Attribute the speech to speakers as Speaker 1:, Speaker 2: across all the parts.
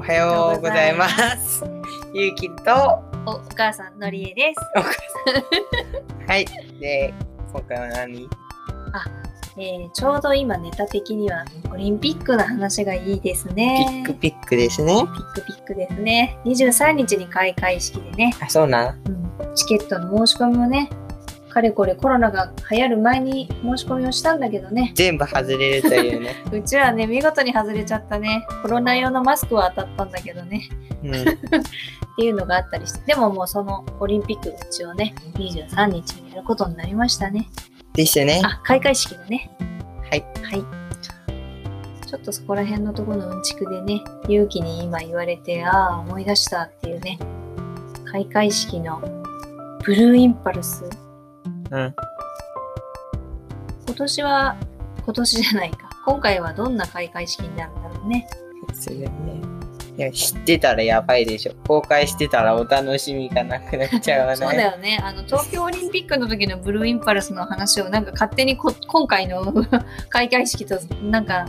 Speaker 1: はようございます。ゆうきと、
Speaker 2: お、お母さんのりえです。
Speaker 1: はい。で、今回は何
Speaker 2: えー、ちょうど今ネタ的にはオリンピックの話がいいです
Speaker 1: ピ
Speaker 2: ね
Speaker 1: ッ。クピックですね。
Speaker 2: ピックピックですね。23日に開会式でね、
Speaker 1: あ、そうなん
Speaker 2: うん、チケットの申し込みもね、かれこれコロナが流行る前に申し込みをしたんだけどね、
Speaker 1: 全部外れるという ね。
Speaker 2: うちはね、見事に外れちゃったね。コロナ用のマスクは当たったんだけどね、
Speaker 1: うん。
Speaker 2: っていうのがあったりして、でももうそのオリンピックが一応ね、23日にやることになりましたね。
Speaker 1: ですね。
Speaker 2: あ、開会式だね。
Speaker 1: はい。
Speaker 2: はい。ちょっとそこら辺のところのうんちくでね、勇気に今言われて、ああ、思い出したっていうね、開会式のブルーインパルス。
Speaker 1: うん。
Speaker 2: 今年は、今年じゃないか。今回はどんな開会式になるんだろうね。
Speaker 1: するね。いや、知ってたらやばいでしょ。公開してたらお楽しみがなくなっちゃうわ
Speaker 2: そうだ
Speaker 1: ね。
Speaker 2: よね。あの、東京オリンピックの時のブルーインパルスの話を、なんか勝手にこ今回の 開会式と、なんか、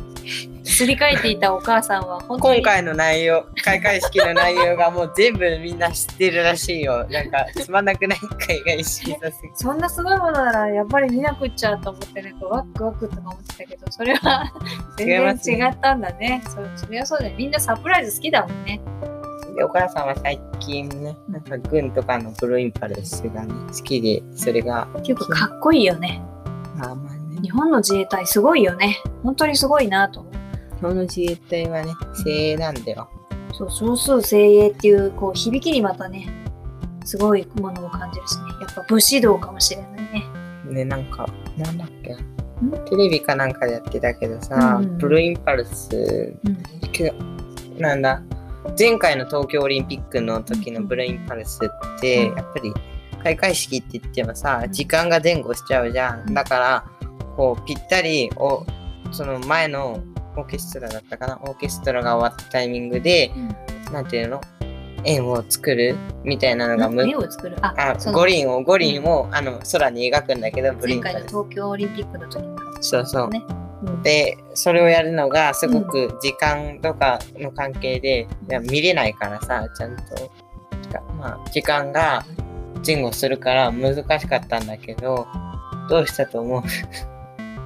Speaker 2: すり替えていたお母さんは、本当
Speaker 1: 今
Speaker 2: に
Speaker 1: 回の内容、開会式の内容がもう全部みんな知ってるらしいよ。なんか、つまんなくない 開会式さすぎ。
Speaker 2: そんなすごいものならやっぱり見なくっちゃと思ってなんかワクワクとか思ってたけどそれ は
Speaker 1: 違いま
Speaker 2: 全
Speaker 1: す
Speaker 2: 然
Speaker 1: ね
Speaker 2: 違ったんだねそそれはそうだよみんなサプライズ好きだもんね
Speaker 1: でお母さんは最近ね、なんか軍とかのブルーインパルスがね、好きで、それが、
Speaker 2: 結構かっこいいよね
Speaker 1: まあまあね、
Speaker 2: 日本の自衛隊すごいよね本当にすごいなと思う
Speaker 1: 日本の自衛隊はね、精鋭なんだよ。
Speaker 2: そう少数精鋭っていうこう響きにまたねすごいものを感じるしねやっぱ武士道かもしれないね
Speaker 1: ね、なんか、なんだっけテレビかなんかでやってたけどさ、
Speaker 2: うんうん
Speaker 1: ブルーインパルス、
Speaker 2: うん
Speaker 1: けなんだ、前回の東京オリンピックの時のブルーインパルスって、
Speaker 2: うん
Speaker 1: やっぱり開会式って言ってもさ
Speaker 2: う、ん
Speaker 1: 時間が前後しちゃうじゃ。
Speaker 2: うんん
Speaker 1: だから、こう、ぴったりを、その前のオーケストラだったかな、オーケストラが終わったタイミングで、なんていうの円を作るみたいなのがむ
Speaker 2: 目を作るあ
Speaker 1: あ
Speaker 2: そ
Speaker 1: 五
Speaker 2: の
Speaker 1: 輪を五輪を、あの空に描くんだけどブルーイ
Speaker 2: 前
Speaker 1: ンパ
Speaker 2: 回の
Speaker 1: ルス
Speaker 2: 東京オリンピックの時の話
Speaker 1: そうそう
Speaker 2: ね、うん
Speaker 1: でそれをやるのがすごく時間とかの関係で、
Speaker 2: うん
Speaker 1: いや見れないからさちゃんとてかまあ時間が前後するから難しかったんだけどどうしたと思う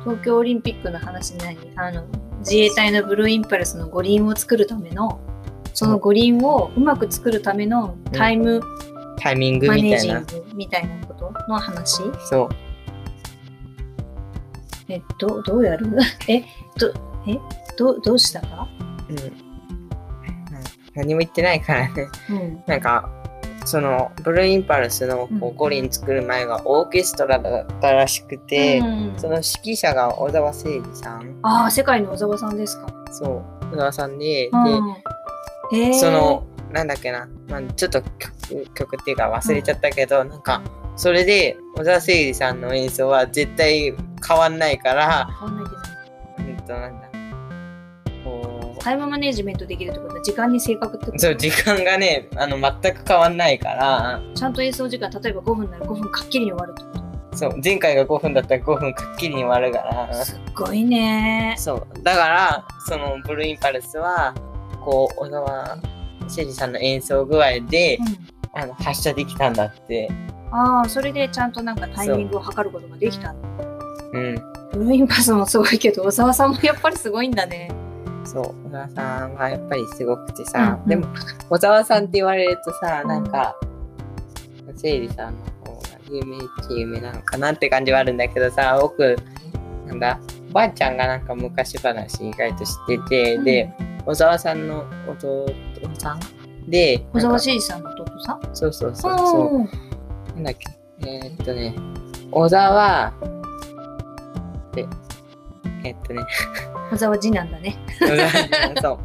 Speaker 2: 東京オリンピックの話何あの自衛隊のブルーインパルスの五輪を作るためのその五輪をうまく作るためのタイム
Speaker 1: タイミング
Speaker 2: マ
Speaker 1: み
Speaker 2: ネー
Speaker 1: たい
Speaker 2: ジ
Speaker 1: な
Speaker 2: ングみたいなことの話、
Speaker 1: そう
Speaker 2: えどどうやるえどえどどうしたか、
Speaker 1: うんなん何も言ってないからね
Speaker 2: うん
Speaker 1: なんかそのブルーインパルスのこ
Speaker 2: う
Speaker 1: うん五輪作る前がオーケストラだったらしくて、
Speaker 2: うん
Speaker 1: その指揮者が小沢誠二さん
Speaker 2: ああ世界の小沢さんですか、
Speaker 1: そう小沢さんで、
Speaker 2: うん
Speaker 1: で
Speaker 2: えー
Speaker 1: そのなんだっけな、まあ、ちょっと曲曲っていうか忘れちゃったけど、なんかそれで小沢誠二さんの演奏は絶対変わんないから、
Speaker 2: 変わんないけど
Speaker 1: うんとなんだこ
Speaker 2: タイムマネージメントできるってことは時間に正確って
Speaker 1: う
Speaker 2: こと
Speaker 1: そう時間がねあの全く変わんないから。
Speaker 2: ちゃんと演奏時間例えば5分なら5分かっきりに終わるってこ
Speaker 1: そう前回が5分だったら5分くっきりに割るか
Speaker 2: と
Speaker 1: ら
Speaker 2: すっごいね
Speaker 1: そうだからそのブルーインパルスはこう小沢誠二さんの演奏具合で、
Speaker 2: うん
Speaker 1: あの発射できたんだって
Speaker 2: ああ、それでちゃんとなんかタイミングを測ることができたんだ
Speaker 1: うん
Speaker 2: ブルーインパルスもすごいけど、小沢さんもやっぱりすごいんだね。
Speaker 1: そう小沢さんがやっぱりすごくてさ、
Speaker 2: うんうん
Speaker 1: でも小沢さんって言われるとさなんか誠二さんの方が有名っちゃ有名なのかなって感じはあるんだけどさ僕なんだおばあちゃんがなんか昔話意外と知ってて、で小沢さんの弟さんで、
Speaker 2: 小
Speaker 1: なん
Speaker 2: 沢
Speaker 1: か
Speaker 2: 慎二さんの弟さん
Speaker 1: そうそうそうそう
Speaker 2: うん
Speaker 1: う、なんだっけ、えーっとね、小沢、で、えーっとね、
Speaker 2: 小沢次男だね。
Speaker 1: 小沢そ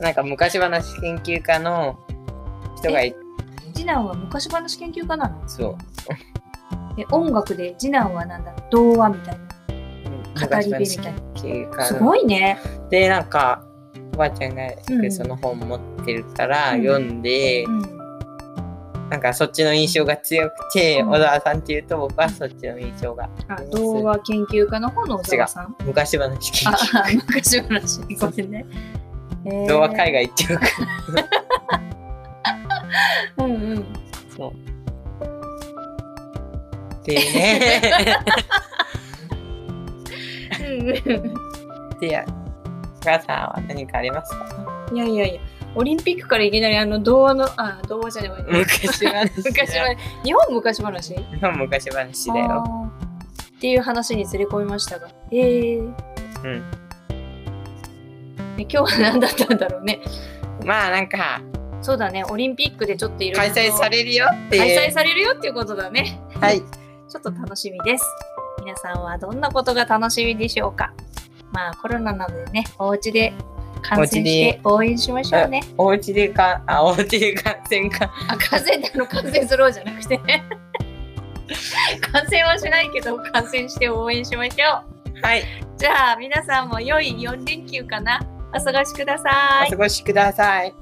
Speaker 1: う、なんか昔話研究家の人がい
Speaker 2: 次男は昔話研究家なの
Speaker 1: そう、
Speaker 2: え、音楽で次男はなんだろう童話みたいな。
Speaker 1: 昔
Speaker 2: り部み
Speaker 1: 話
Speaker 2: たい
Speaker 1: 研
Speaker 2: な
Speaker 1: 究家
Speaker 2: す
Speaker 1: の
Speaker 2: ごいね。
Speaker 1: で、なんか、おばあちゃんがよ
Speaker 2: う
Speaker 1: く
Speaker 2: ん
Speaker 1: その本持ってるから
Speaker 2: うん
Speaker 1: 読んで、
Speaker 2: うん。
Speaker 1: なんかそっちの印象が強くて、
Speaker 2: うん
Speaker 1: 小沢さんっていうと僕はそっちの印象が
Speaker 2: あ、童話研究家の方の小沢さん。
Speaker 1: 昔話研
Speaker 2: あ
Speaker 1: 究、
Speaker 2: 昔話。ごめんね。え
Speaker 1: 童話海外行っちゃうから。
Speaker 2: 外。うんうん。
Speaker 1: そう。っていう ね。でや、皆さんは何かありますか
Speaker 2: いやいやいや、オリンピックからいきなりあの童話の、あ、童話じゃない。
Speaker 1: 昔話。
Speaker 2: 昔話。日本昔話
Speaker 1: 日本 昔話だよ。
Speaker 2: あーっていう話に連れ込みましたが。えー、
Speaker 1: うん。
Speaker 2: え今日は何だったんだろうね。
Speaker 1: まあなんか、
Speaker 2: そうだね、オリンピックでちょっといろい
Speaker 1: 開
Speaker 2: ろ
Speaker 1: 催されるよっていう。
Speaker 2: 開催されるよっていうことだね。
Speaker 1: はい。
Speaker 2: ちょっと楽しみです。皆さんはどんなことが楽しみでしょうかまあコロナなのでね、お家で観戦して応援しましょうね。
Speaker 1: お家でか、あ、お家で感染か。
Speaker 2: あ、感染ってあの感染する方じゃなくて、ね、 感染はしないけど感染して応援しましょう。
Speaker 1: はい。
Speaker 2: じゃあ皆さんも良い4連休かな。お過ごしください
Speaker 1: お過。ごしください。